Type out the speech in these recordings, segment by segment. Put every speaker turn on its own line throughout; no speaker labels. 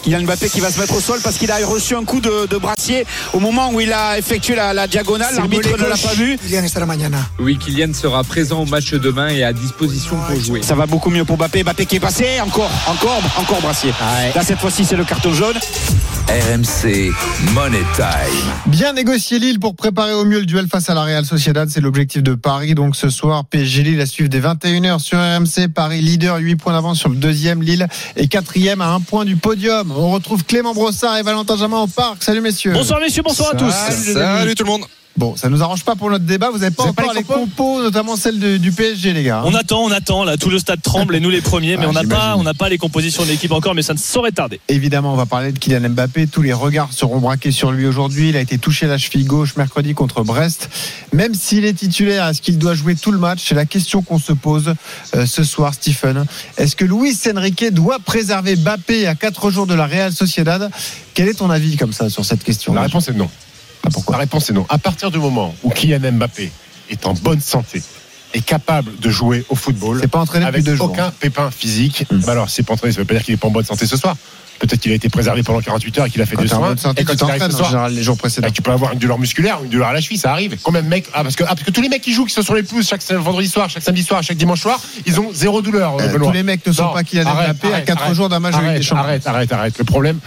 Kylian Mbappé qui va se mettre au sol parce qu'il a reçu un coup de, de brassier au moment où il a effectué la, la diagonale.
C'est
L'arbitre
mollet
ne l'a
gauche.
pas vu.
Kylian estará mañana.
Oui, Kylian sera présent au match demain et à disposition pour jouer.
Ça va beaucoup mieux pour Mbappé. Mbappé qui est passé. Encore, encore, encore brassier. Là, cette fois-ci, c'est le carton jaune.
RMC Money Time.
Bien négocier Lille pour préparer au mieux le duel face à la Real Sociedad, c'est l'objectif de Paris. Donc ce soir, PSG Lille à suivre des 21h sur RMC. Paris leader, 8 points d'avance sur le deuxième, Lille et quatrième à un point du podium. On retrouve Clément Brossard et Valentin Jamin au parc. Salut messieurs.
Bonsoir messieurs, bonsoir à tous.
Salut tout le monde.
Bon, ça nous arrange pas pour notre débat. Vous n'avez pas
Vous avez pas
encore
les
les compos, notamment celle de- du PSG les gars.
On attend, on attend, là tout le stade tremble et nous les premiers, mais
Ah,
on n'a pas,
j'imagine.
on n'a pas les compositions de l'équipe encore, mais ça ne saurait tarder.
Évidemment, on va parler de Kylian Mbappé. Tous les regards seront braqués sur lui aujourd'hui. Il a été touché à la cheville gauche mercredi contre Brest. Même s'il est titulaire, est-ce qu'il doit jouer tout le match C'est la question qu'on se pose euh, ce soir, Stephen. Est-ce que Luis Enrique doit préserver Mbappé à 4 jours de la Real Sociedad Quel est ton avis comme ça sur cette question
La réponse est non.
Ah, pourquoi
La réponse est non. À partir du moment où Kylian Mbappé est en bonne santé, est capable de jouer au football
C'est pas entraîné depuis
avec
deux jours. Hmm.
aucun pépin physique, bah alors c'est pas entraîné, ça veut pas dire qu'il est pas en bonne santé ce soir. Peut-être qu'il a été préservé pendant 48 heures et qu'il a fait
Quand
des
t'es en
soins.
bonne santé,
et quand
tu
il arrive
t'entraînes
ce
en
soir,
général les jours précédents.
bah, tu peux avoir une douleur musculaire ou une douleur à la cheville, ça arrive. Combien de mecs ah, parce, que, ah, parce que tous les mecs qui jouent, qui sont sur les pelouses chaque vendredi soir, chaque samedi soir, chaque dimanche soir, ils ont zéro douleur.
Euh,
Benoît.
tous les mecs ne sont
Non,
pas Kylian
arrête,
Mbappé à
arrête,
4
arrête,
jours d'un match avec
arrête,
des champions.
Arrête, arrête, arrête. Le problème,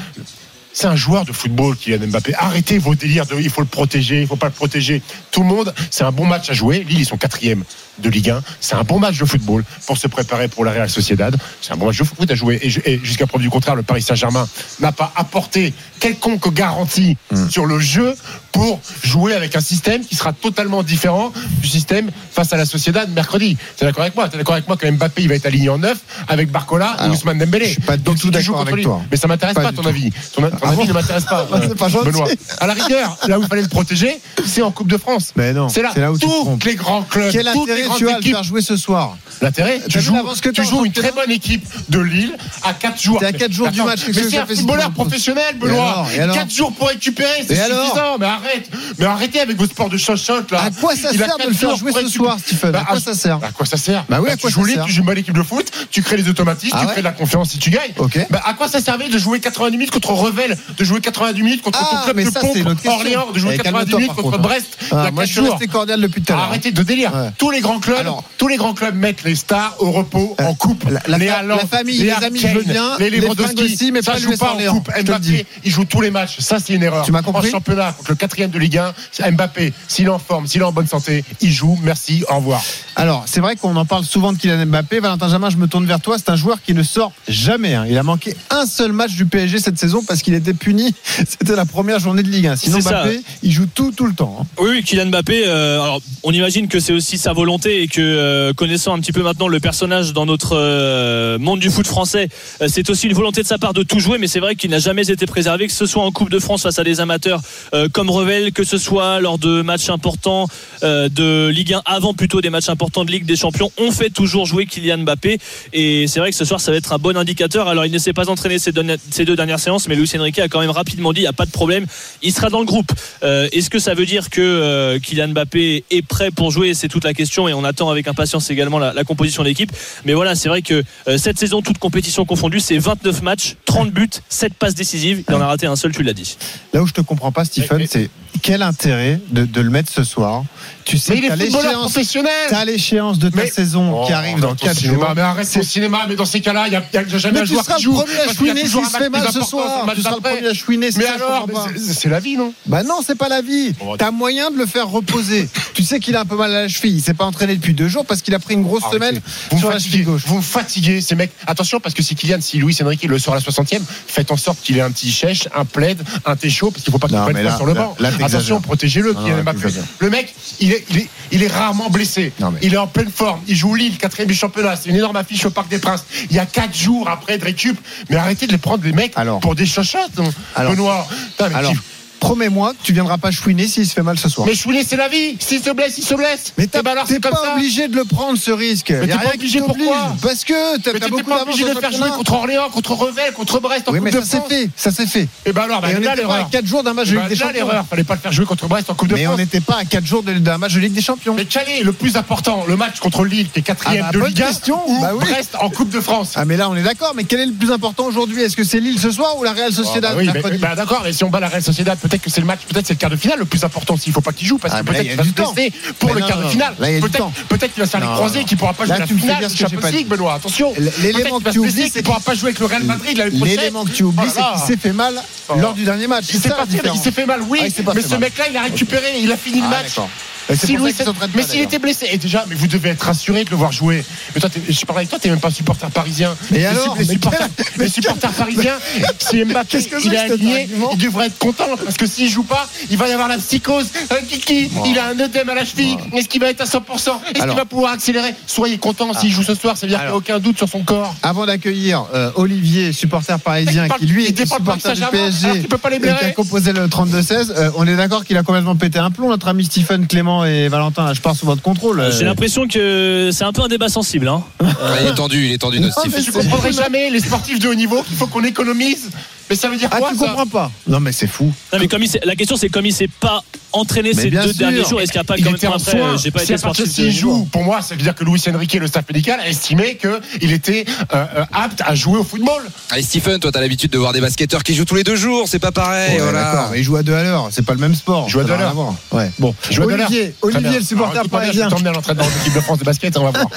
c'est un joueur de football, Kylian Mbappé. Arrêtez vos délires de il faut le protéger, il faut pas le protéger. Tout le monde, c'est un bon match à jouer. Lille, ils sont quatrième de Ligue 1. C'est un bon match de football pour se préparer pour la Real Sociedad. C'est un bon match de foot à jouer. Et, je- et jusqu'à preuve du contraire, le Paris Saint-Germain n'a pas apporté quelconque garantie
Hmm.
sur le jeu pour jouer avec un système qui sera totalement différent du système face à la Sociedad mercredi. T'es d'accord avec moi T'es d'accord avec moi que Mbappé, il va être aligné en neuf avec Barcola
Alors,
ou Ousmane Dembélé
je suis pas du
Donc,
tout
si tu joues
d'accord
contre
avec
lui-
toi.
Mais ça m'intéresse
Pas
pas,
du
ton
tout.
avis. Ton, ton
Ah
avis
bon
ne m'intéresse pas.
Bah, c'est pas gentil.
Benoît. À la rigueur, là où il fallait le protéger, c'est en Coupe de France.
Mais non,
c'est là,
c'est là où tu te trompes.
tous les grands clubs,
Quel
toutes les
intérêt
grandes
tu as à le
équipes.
faire jouer ce soir
L'intérêt,
T'as
tu
vu
joues,
l'avance que
tu
t'as en
joues une
championnat
très bonne équipe de Lille à 4 jours.
T'es à quatre jours du
Attends,
match, qu'est-ce
Mais
que
c'est
ça
un
fait,
footballeur
Stephen
professionnel,
Et
Benoît.
alors Et alors
4 jours pour récupérer, c'est
Et alors
suffisant. Mais arrête, mais arrêtez avec vos sports de chochotte là.
À quoi ça
Il a
sert de
quatre
le faire
jours
jouer
pour
ce
récup-
soir, Stephen
Bah,
À quoi
à-
ça sert
à quoi ça sert
Bah oui, à quoi
tu
ça
joues Lille,
sert
tu joues une bonne équipe de foot, tu crées les automatismes,
Ah
tu
ouais
crées de la confiance si tu gagnes.
Ok.
Bah, à quoi ça servait de jouer 90 minutes contre Revel, de jouer 90 minutes contre
Ah,
ton club
mais
de
ça, c'est une autre question.
pompe, Orléans, de jouer
Eh,
90
calme-toi,
minutes
par
contre
contre.
Brest, il y
Ah, moi,
a quatre
je suis
jours.
resté cordial depuis tout à l'heure. hein.
Arrêtez de délire.
Ouais.
Tous les grands clubs,
Alors-
tous les grands clubs mettent les stars au repos
Euh,
en coupe.
la- la
les
fa-
Haaland,
la famille, les
Harry
amis, je veux
Kane,
bien.
Les
Les
Lewandowski,
fringues aussi, mais
ça
pas
joue
Louis
pas en
Orléans,
coupe.
je te le dis.
Mbappé, il joue tous les matchs. Ça, c'est une erreur.
Tu m'as compris
En championnat, contre le quatrième de Ligue 1, c'est Mbappé, s'il est en forme, s'il est en bonne santé, il joue. Merci, au revoir.
Alors, c'est vrai qu'on en parle souvent de Kylian Mbappé. Valentin Jamin, je me tourne vers toi. C'est un joueur qui ne sort jamais. hein. Il a manqué un seul match du PSG cette saison parce qu'il était puni. C'était la première journée de Ligue 1. Sinon,
C'est ça.
Mbappé, il joue tout, tout le temps. hein.
Oui, oui, Kylian Mbappé. euh, alors, on imagine que c'est aussi sa volonté et que euh, connaissant un petit peu maintenant le personnage dans notre euh, monde du foot français, euh, c'est aussi une volonté de sa part de tout jouer. Mais c'est vrai qu'il n'a jamais été préservé, que ce soit en Coupe de France face à des amateurs euh, comme Revel, que ce soit lors de matchs importants euh, de Ligue 1 avant plutôt des matchs importants de Ligue des Champions. On fait toujours jouer Kylian Mbappé et c'est vrai que ce soir ça va être un bon indicateur. Alors, il ne s'est pas entraîné ces deux, ces deux dernières séances, mais Luis Enrique a quand même rapidement dit il n'y a pas de problème, il sera dans le groupe. Euh, Est-ce que ça veut dire que euh, Kylian Mbappé est prêt pour jouer C'est toute la question et on attend avec impatience également la, la composition de l'équipe. Mais voilà, c'est vrai que euh, cette saison, toute compétition confondue, c'est 29 matchs, 30 buts, 7 passes décisives. Il en a raté un seul, tu l'as dit.
Là où je te comprends pas, Stephen,
Mais- mais-
c'est quel intérêt de, de le mettre ce soir Tu sais
Mais il
qu'à
est footballeur
l'échéance.
professionnel.
T'as l'échéance de ta
Mais-
saison qui
Oh,
arrive dans
ton
4
cinéma,
jours.
Mais arrête ton cinéma, mais dans ces cas-là, il n'y a, y a jamais
Mais
un
tu
joueur
seras
qui
le
joue.
premier à
parce qu'il y a
chouiner
toujours
s'il
un
se fait
match
mal
plus
ce
important
soir.
le match
Tu seras le
d'après.
premier à chouiner, c'est
Mais
ça, je
alors,
comprends pas.
mais c'est- c'est la vie, non
Bah non, c'est pas la vie.
Bon,
T'as moyen de le faire reposer. tu sais qu'il a un peu mal à la cheville. Il s'est pas entraîné depuis deux jours parce qu'il a pris une grosse
Arrêtez.
semaine
vous
sur
me
la cheville
fatiguez,
gauche.
vous me fatiguez ces mecs. Attention parce que si Kylian, si Luis Enrique le sort à la 60e, faites en sorte qu'il ait un petit chèche, un plaid, un thé chaud parce qu'il faut pas qu'il
Non,
prenne
mais
froid
là-
sur le
là-
banc.
là, t'exagères.
Attention, protégez-le
Non,
Kylian
là,
Mbappé.
t'exagères.
Le mec, il est, il est, il est rarement blessé.
Non, mais-
Il est en pleine forme. Il joue Lille, quatrième du championnat. C'est une énorme affiche au Parc des Princes. Il y a quatre jours après de récup. Mais arrêtez de les prendre les mecs
Alors.
pour des chochottes, non
Alors.
Benoît. Putain, mais
Alors.
tu-
promets-moi que tu viendras pas chouiner s'il se fait mal ce soir.
Mais Chouinet, c'est la vie. S'il se blesse, il se blesse.
Mais
Eh
t'as-
ben alors,
t'es
c'est comme
pas
ça.
obligé de le prendre ce risque.
Mais
Y a
t'es pas
rien qui
obligé,
t'oblige.
pourquoi
Parce que t'as
Mais
t'as
t'étais
beaucoup
pas
d'avance.
obligé de
sur
le
le
faire jouer
championnat.
contre Orléans, contre Revel, contre Brest en
Oui, mais
Coupe de
ça s'est
France.
fait, ça s'est fait.
Et ben alors, ben,
Et bah, on
là,
n'était pas à
l'erreur.
4 jours d'un match de
Ben,
Ligue des
là,
Champions.
l'erreur. Fallait pas le faire jouer contre Brest en Coupe de
Mais on
France.
n'était pas à 4 jours de- d'un match de Ligue des Champions.
Mais Calais, le plus important, le match contre Lille, qui est quatrième
Ah bah,
de
bonne
Ligue 1,
question.
ou
Bah oui.
Brest en Coupe de France.
Ah mais là on est d'accord, mais quel est le plus important aujourd'hui Est-ce que c'est Lille ce soir ou la Real
Ah bah
Sociedad
oui, mais-
mercredi
bah d'accord, mais si on bat la Real Sociedad, peut-être que c'est le match, peut-être c'est le quart de finale le plus important s'il faut pas qu'il joue, parce
Ah,
que
mais là, il y
peut-être
a
qu'il va
du
se
temps.
blesser pour
Mais
le
non,
quart de
non,
finale.
là, il y a du temps.
Peut-être peut-être qu'il va se faire les
Non,
croisés,
non.
qu'il pourra pas
Là,
jouer la
tu me fais
finale
dire
de
ce que j'ai
Champions
pas
League,
dit.
Benoît, attention.
L- l'élément
Peut-être qu'il va
que
se
tu
blesser,
oublies, c'est
qu'il pourra pas jouer avec le Real Madrid l'année prochaine.
L'élément que tu oublies,
Oh là
c'est
là.
qu'il s'est fait mal
Oh.
lors du dernier match.
Il
C'est
s'est
ça, la
pas fait-
différence.
il s'est fait mal, oui,
Ah, il s'est pas
mais
fait
ce
mal.
mec-là, il a récupéré, il a fini le
Ah,
match.
d'accord. Et c'est
Si
pour
Louis
ça qu'il
Saint-
s'entraîne pas,
mais s'il
d'ailleurs.
était blessé, et déjà, mais vous devez être rassuré de le voir jouer. Mais toi, t'es- je parle avec toi, t'es même pas supporter parisien.
Mais
Les
alors,
sup- les
mais
supporters,
quel-
les supporters parisiens, si Mbappé
Qu'est-ce que c'est
il est
que cet
aligné,
argument
il devrait être content parce que s'il joue pas, il va y avoir la psychose. Un kiki, il a un œdème à la cheville. Est-ce qu'il va être à 100%
Alors.
Est-ce
Ah.
qu'il va pouvoir accélérer Soyez content s'il joue ce soir, ça veut dire qu'il n'y a
Alors.
aucun doute sur son corps.
Avant d'accueillir euh, Olivier, supporter parisien,
Il parle-
qui lui
il
est
défend le Paris
supporter du
Saint-Germain,
PSG
alors tu peux pas les
et qui a
blairer.
composé le 32-16, euh, on est d'accord qu'il a complètement pété un plomb, notre ami Stephen, Clément et Valentin. Je pars sous votre contrôle.
Ah, J'ai
euh.
l'impression que c'est un peu un débat sensible. Hein.
Ah, Il est tendu, il est tendu, notre
Non, Ah, mais
Steve.
Je
c'est-
comprendrai jamais les sportifs de haut niveau qu'il faut qu'on économise. Mais ça veut dire
Ah,
quoi
tu
ça
comprends pas Non, mais c'est fou.
Non, mais comme il s'est- la question c'est comme il s'est pas entraîné
Mais
ces
bien
deux
sûr.
derniers jours, est-ce qu'il n'y a pas
il
quand
était
même
en
après
soin.
euh, J'ai pas
Si
été
à partir
sportif
de
de
s'il
haut niveau.
joue, pour moi, ça veut dire que Luis Enrique et le staff médical a estimé qu'il était euh, euh, apte à jouer au football.
Allez, Stephen, toi, t'as l'habitude de voir des basketteurs qui jouent tous les deux jours, c'est pas pareil.
Eh,
Ouais,
voilà.
D'accord, mais il joue à deux à l'heure, c'est pas le même sport.
oh Il joue à
ça
deux
n'a
à
rien voir. Ouais. Bon,
Je vois tout à l'heure.
Olivier,
Très
Olivier
bien. Ah,
le supporter
Alors, écoute, Daniel,
parisien.
Je vais t'emmener à l'entraîneur de l'équipe de France de basket, hein, on va voir.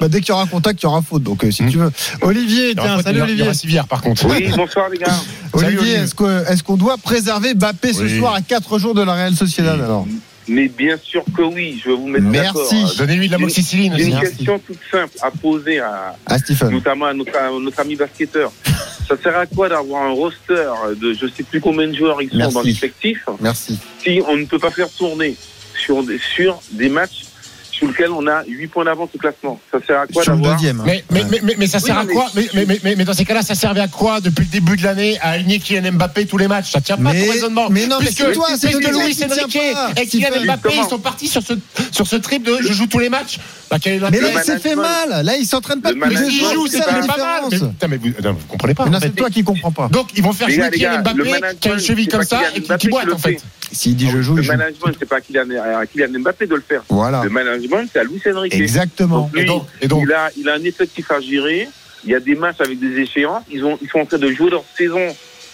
Bah, dès qu'il y aura contact, il y aura faute. Donc euh, si tu veux. Olivier,
Hmm. Il y aura
tiens,
pas- il y
salut
aura- Il y
Olivier.
aura Sivière, par contre.
Oui, bonsoir les gars.
Salut,
Olivier,
Olivier.
est-ce que- est-ce qu'on doit préserver Bappé ce
Oui.
soir à 4 jours de la Real Sociedad alors
Mais bien sûr que oui, je vais vous mettre
Merci.
d'accord.
Donnez-lui de la
Une-
moxicilline
J'ai
aussi.
une
hein.
question toute simple à poser à,
À Ah, Stephen.
notamment à notre, à notre ami basketteur. Ça sert à quoi d'avoir un roster de je sais plus combien de joueurs ils sont
Merci.
dans l'effectif
Merci.
si on ne peut pas faire tourner sur des, sur des matchs sur lesquels on a 8 points d'avance au classement Ça sert à quoi
Sur le
d'avoir
deuxième. hein.
Mais, mais, mais, mais, mais ça sert
Oui,
à
non,
quoi mais, mais, mais, mais dans ces cas-là, ça servait à quoi depuis le début de l'année à aligner Kylian Mbappé tous les matchs Ça tient pas
Mais-
ton raisonnement.
mais non, mais c'est toi, c'est
puisque
le gars
Luis
qui tient
Enrique
pas.
et Kylian
Stephen.
Mbappé, ils
Exactement.
sont partis sur ce, sur ce trip de je joue tous les matchs. Bah, quel est
Mais
l'intérêt
là, il
Le
s'est fait
management.
mal. Là, il s'entraîne pas
Le
depuis
Mais
deux
management,
s'il
jours.
joue,
C'est
c'est
ça la
pas mal. Mais,
différence.
putain, mais vous, non, vous comprenez pas.
Mais non,
en fait.
c'est toi qui comprends pas.
Donc, ils vont faire
Les
jouer
gars, les
Kylian
gars, le
Mbappé qui a une
management,
cheville
c'est
comme
pas
ça
Kylian
et qui-
Mbappé
qui
qui
boite
le
en fait.
fait.
S'il dit je joue,
Le
je joue. Ah.
management, c'est pas à Kylian, à Kylian Mbappé de le faire.
Voilà.
Le management, c'est à Luis Enrique.
Exactement.
Donc, lui,
Et donc- et donc-
il, a, il a un effectif à gérer. Il y a des matchs avec des échéances. Ils, ont, ils sont en train de jouer leur saison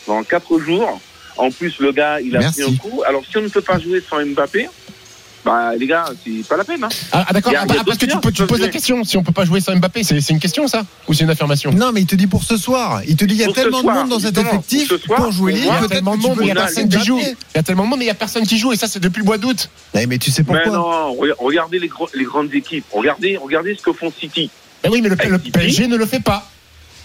dans quatre jours. En plus, le gars, il a
Merci.
pris un coup. Alors, si on ne peut pas jouer sans Mbappé, bah, les gars, c'est pas la peine. Hein.
Ah, ah, d'accord,
Il y a-
Ah,
il y a
bah, parce que tu,
d'autres
peux- tu
joueurs
poses la
qui peuvent
question. Si on peut pas jouer sans Mbappé, c'est c'est une question ça Ou c'est une affirmation
Non, mais il te dit pour ce soir. Il te dit il y a
Pour ce
tellement de
soir,
monde dans cet
justement,
effectif
pour ce soir,
pour jouer
on
libre.
Il y
voit
Peut-être
a tellement de
que tu
monde,
peux
mais il y a
pas
aller
personne
faire
qui joue.
Mbappé.
Il y a tellement de monde, mais il y a personne qui joue. Et ça, c'est depuis le mois d'août.
Mais, mais tu sais
Mais
pourquoi
non, re- regardez les, gros- les grandes équipes. Regardez, regardez ce que font City.
Ben oui, mais le,
Ah,
le
il
PSG ne le fait pas.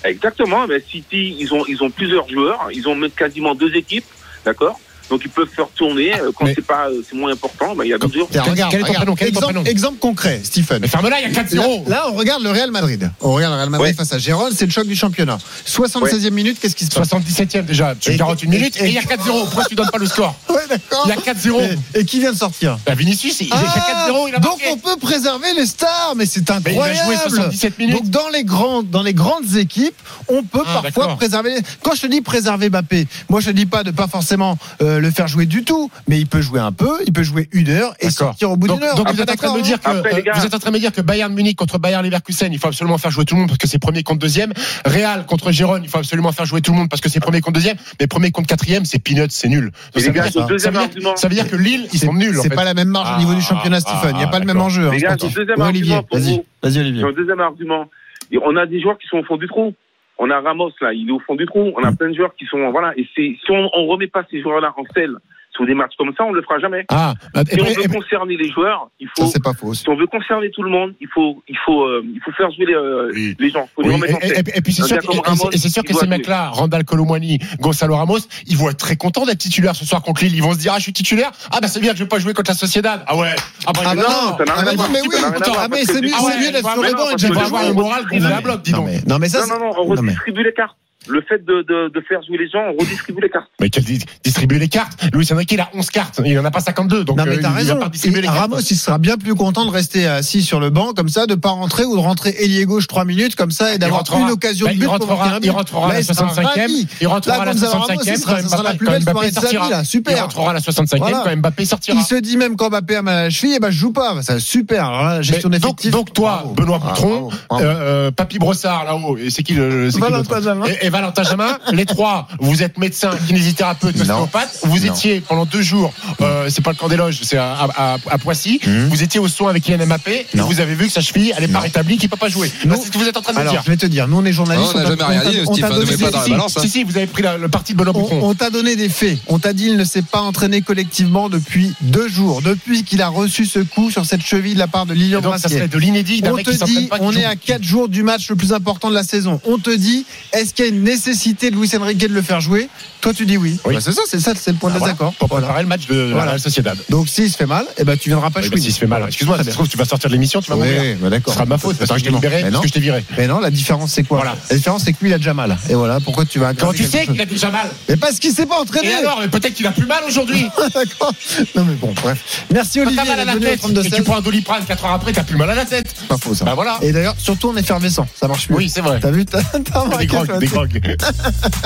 Exactement. Mais City, ils ont, ils ont plusieurs joueurs. Ils ont même quasiment deux équipes. D'accord Donc, ils peuvent faire tourner. euh, Quand
mais-
c'est pas, euh, c'est moins important, bah, il y a d'autres joueurs.
Tiens, regarde,
Quel est ton
regarde.
prénom Quel est ton
exemple,
prénom
exemple concret, Stephen.
Mais ferme-la, il y a
Là,
4-0.
là, on regarde le Real Madrid. On regarde le Real Madrid
Ouais.
face à Gérone, c'est le choc du championnat. 76e minute, qu'est-ce qui se passe
77ème déjà, tu
Et-
garantes une
et-
minute et il y a 4-0. Pourquoi tu donnes pas le score
Ouais, d'accord.
Il y a 4-0.
Et, et qui vient de sortir
Bah, Vinicius, il il est
Ah,
4-0, il a
donc
marqué.
on peut préserver les stars, mais c'est
Mais il a joué
incroyable.
77 minutes.
Donc dans les grandes, dans les grandes équipes, on peut
Ah,
parfois
d'accord.
préserver. les- Quand je te dis préserver Mbappé, moi je te dis pas de pas forcément euh, le faire jouer du tout, mais il peut jouer un peu, il peut jouer une heure et
D'accord.
sortir au bout
donc,
d'une heure.
donc
On
vous,
est
êtes en train
d'accord,
de me
hein
dire que,
Après, les
euh,
gars.
vous êtes en train de me dire que Bayern Munich contre Bayern Leverkusen, il faut absolument faire jouer tout le monde parce que c'est premier contre deuxième. Real contre Gérone, il faut absolument faire jouer tout le monde parce que c'est premier contre deuxième. Mais premier contre quatrième, c'est peanuts, c'est nul.
Mais
ça,
les
veut
gars,
dire,
le
ça,
deuxième
veut dire,
argument.
ça veut dire que Lille, ils
C'est-
sont nuls. en
C'est
fait.
pas la même marge au niveau du
Ah,
championnat,
ah,
Stephen. Il n'y a
ah,
pas le même
d'accord.
enjeu. hein,
Les
je
gars,
pense.
j'ai deux arguments
Olivier,
pour
vas-y,
vous.
vas-y Olivier.
Sur le deuxième argument, et on a des joueurs qui sont au fond du trou. On a Ramos là, il est au fond du trou. On a plein de joueurs qui sont voilà. Et c'est si on, on remet pas ces joueurs-là en selle sur des matchs comme ça, on le fera jamais.
Ah, bah, et-
Eh
Si on
et-
veut concerner les joueurs, il
ben, Ça
faut.
c'est pas faux.
Si on veut concerner tout le monde, il faut, il faut, euh, il faut faire jouer les, euh,
Oui.
les gens. Faut les
Oui,
remettre en
eh,
et,
selle.
et- et puis c'est
Un
sûr,
gars
que-
comme
et-
Ramos,
et c'est sûr
il
que
doit
ces
jouer.
mecs-là, Randall Colomwani, Gonzalo Ramos, ils vont être très contents d'être titulaires ce soir contre Lille. Ils vont se dire ah je suis titulaire, ah bah c'est bien, je vais pas jouer contre la Sociedad. Ah ouais, ah bah,
Ah bah
je-
non, ça n'a
ah
rien
bah
à
non,
voir.
mais
Ça
oui,
n'a rien à
attends,
voir,
ah mais
parce que
c'est
du
mieux,
coup,
c'est
ouais,
mieux d'être
ouais,
sur le
ouais,
banc et de
parce
jouer
que
on va
les
devant.
avoir
joueurs
le
vont
moral
se
contre
retrouver.
la bloc, dis
Non,
donc.
mais- Non mais eh, ça
Non, non, non, on
non, mais-
redistribue les cartes. le fait de, de, de faire jouer les gens, on redistribue les cartes.
Mais qu'elle dis- distribue les cartes. Louis Enrique, il a 11 cartes. Il en a pas 52. Donc,
Non mais
euh,
t'as
il- il
raison.
va pas distribuer
Et
les cartes.
Ramos, il sera bien plus content de rester assis sur le banc comme ça, de pas rentrer ou de rentrer ailier gauche 3 minutes comme ça et d'avoir
rentrera.
une occasion
Bah,
de
il
but pour
rentrera-
marquer un but.
il rentrera à
Là,
la
il sera
65e,
ravi.
il rentrera
Là,
à la
Gonzalo Ramos,
65e,
il sera-
quand
ça sera la
Mbappé-
plus belle
quand Mbappé
soirée de sa vie,
sortira.
là. Super.
Il rentrera à la 65e
Voilà.
quand Mbappé sortira.
Il se dit même quand Mbappé a mal à la cheville, eh ben je joue pas. Ça, super. Alors là,
Mais
gestion
donc,
d'effectif.
donc toi,
Bravo.
Benoît
Ah,
Boutron,
bravo, bravo.
euh, euh, Papy Brossard là-haut, et c'est qui le c'est qui
Valentin
l'autre
Jamin.
et, et Valentin Jamin, les trois, vous êtes médecin, kinésithérapeute,
Non.
ostéopathe, vous
Non.
étiez pendant deux jours, euh, c'est pas le camp des loges, c'est à, à- à- à Poissy, vous étiez au soin avec Kylian Mbappé, et
Hmm. Non.
vous avez vu que sa cheville, elle est pas rétablie, qu'il peut pas jouer.
Non.
Bah, c'est ce que vous êtes en train de me
Alors,
dire.
je vais te dire, nous on est journalistes.
Non, on n'a
t'a-
jamais rien
t'a-
dit,
on t'a
Stéphane, ne
donné
mets pas
des-
dans la
Si,
balance, hein.
si, si, vous avez pris la- le parti de Benoît
On,
Boutron.
on t'a donné des faits. On t'a dit il ne s'est pas entraîné collectivement depuis deux jours, depuis qu'il a reçu ce coup sur cette cheville de la part de Lilian
Et Donc ça
Brasquier.
serait de l'inédit d'un
On
mec
te
qui s'entraîne
dit,
pas. qui
on
joue.
est à 4 jours du match le plus important de la saison. On te dit, est-ce qu'il y a une nécessité de Luis Enrique de le faire jouer Toi, tu dis oui.
Oui.
Bah, c'est ça, c'est ça, c'est le point
Ah,
de
voilà,
désaccord.
Pour
Voilà.
préparer le match de la
Voilà.
Real Sociedad.
Donc, s'il se fait mal, eh ben, tu viendras pas
Oui,
chez
bah,
lui.
s'il se fait mal, excuse-moi, ça se trouve, tu vas sortir de l'émission, tu vas mourir.
Oui, bah,
Ce
d'accord.
sera de ma faute parce que je t'ai
Exactement.
libéré,
Mais
parce
non,
que je t'ai viré.
mais non, la différence, c'est quoi
Voilà.
La différence, c'est que lui, il a déjà mal. Et voilà, pourquoi tu vas
Comment
aggraver
tu sais
quelque chose
qu'il a déjà mal
Mais parce qu'il s'est pas entraîné
Et alors, mais peut-être qu'il a plus mal aujourd'hui.
D'accord. Non, mais bon, bref. Merci,
Quand
Olivier.
t'as mal à la
d'être venu au
tête,
32
et tu prends un doliprane 4 heures après, t'as plus mal à la tête.
C'est pas faux, ça.
Bah voilà.
Et d'ailleurs, surtout en effervescent, ça marche mieux.
Oui, c'est vrai.
T'as vu T'as t'as
Des
remarqué,
grogues,
toi,
des grogues.